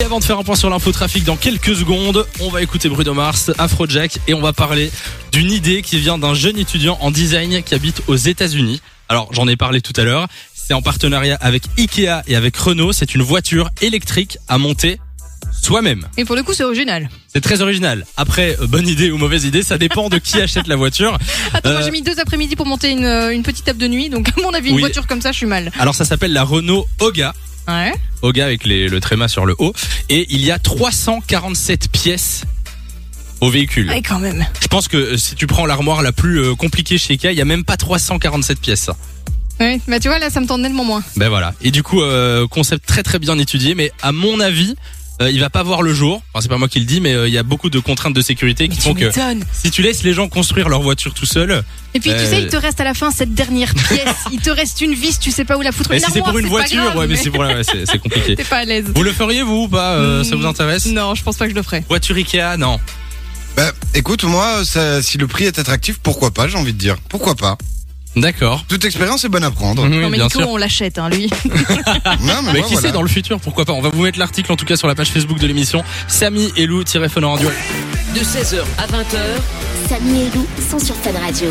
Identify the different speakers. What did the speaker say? Speaker 1: Et avant de faire un point sur l'infotrafic dans quelques secondes, on va écouter Bruno Mars, Afrojack et on va parler d'une idée qui vient d'un jeune étudiant en design qui habite aux États-Unis. Alors, j'en ai parlé tout à l'heure, c'est en partenariat avec Ikea et avec Renault, c'est une voiture électrique à monter soi-même.
Speaker 2: Et pour le coup, c'est original.
Speaker 1: C'est très original. Après, euh, bonne idée ou mauvaise idée, ça dépend de qui achète la voiture.
Speaker 2: Attends, moi
Speaker 1: Euh,
Speaker 2: j'ai mis deux après-midi pour monter une, euh, une petite table de nuit, donc à mon avis, une
Speaker 1: Oui.
Speaker 2: voiture comme ça, je suis mal.
Speaker 1: Alors, ça s'appelle la Renault Hoga.
Speaker 2: Ouais.
Speaker 1: Hoga avec les- le tréma sur le haut. Et il y a 347 pièces au véhicule.
Speaker 2: Ouais, quand même.
Speaker 1: Je pense que euh, si tu prends l'armoire la plus euh, compliquée chez Ikea, il y a même pas 347 pièces. ça.
Speaker 2: Ouais, bah tu vois, là, ça me tente nettement moins.
Speaker 1: Ben voilà. Et du coup, euh, concept très très bien étudié, mais à mon avis, euh, il va pas voir le jour. Enfin, c'est pas moi qui le dis, mais euh, il y a beaucoup de contraintes de sécurité qui font que si tu laisses les gens construire leur voiture tout seul,
Speaker 2: Et puis, tu
Speaker 1: Euh,
Speaker 2: sais, il te reste à la fin cette dernière pièce. il te reste une vis, tu sais pas où la foutre.
Speaker 1: mais
Speaker 2: Une
Speaker 1: si c'est
Speaker 2: armoire,
Speaker 1: pour une
Speaker 2: pas
Speaker 1: voiture,
Speaker 2: grave,
Speaker 1: ouais, mais,
Speaker 2: mais
Speaker 1: c'est pour la- ouais, c'est c'est compliqué.
Speaker 2: T'es Hmm. pas à l'aise.
Speaker 1: Vous le feriez vous ou pas euh, Ça vous intéresse
Speaker 2: Non, je pense pas que je le ferais.
Speaker 1: Voiture Ikea, non.
Speaker 3: Bah, écoute, moi, ça- si le prix est attractif, pourquoi pas, j'ai envie de dire. Pourquoi pas
Speaker 1: D'accord.
Speaker 3: Toute expérience est bonne à prendre.
Speaker 1: Oui,
Speaker 2: non, mais
Speaker 1: bien
Speaker 2: Nico,
Speaker 1: sûr.
Speaker 2: on l'achète, hein, lui.
Speaker 3: Non, mais
Speaker 1: Mais
Speaker 3: moi,
Speaker 1: qui
Speaker 3: voilà.
Speaker 1: sait dans le futur, pourquoi pas On va vous mettre l'article en tout cas sur la page Facebook de l'émission. Samy et Lou, fun radio.
Speaker 4: de 16h à 20h.
Speaker 5: Samy et Lou sont sur Fan Radio.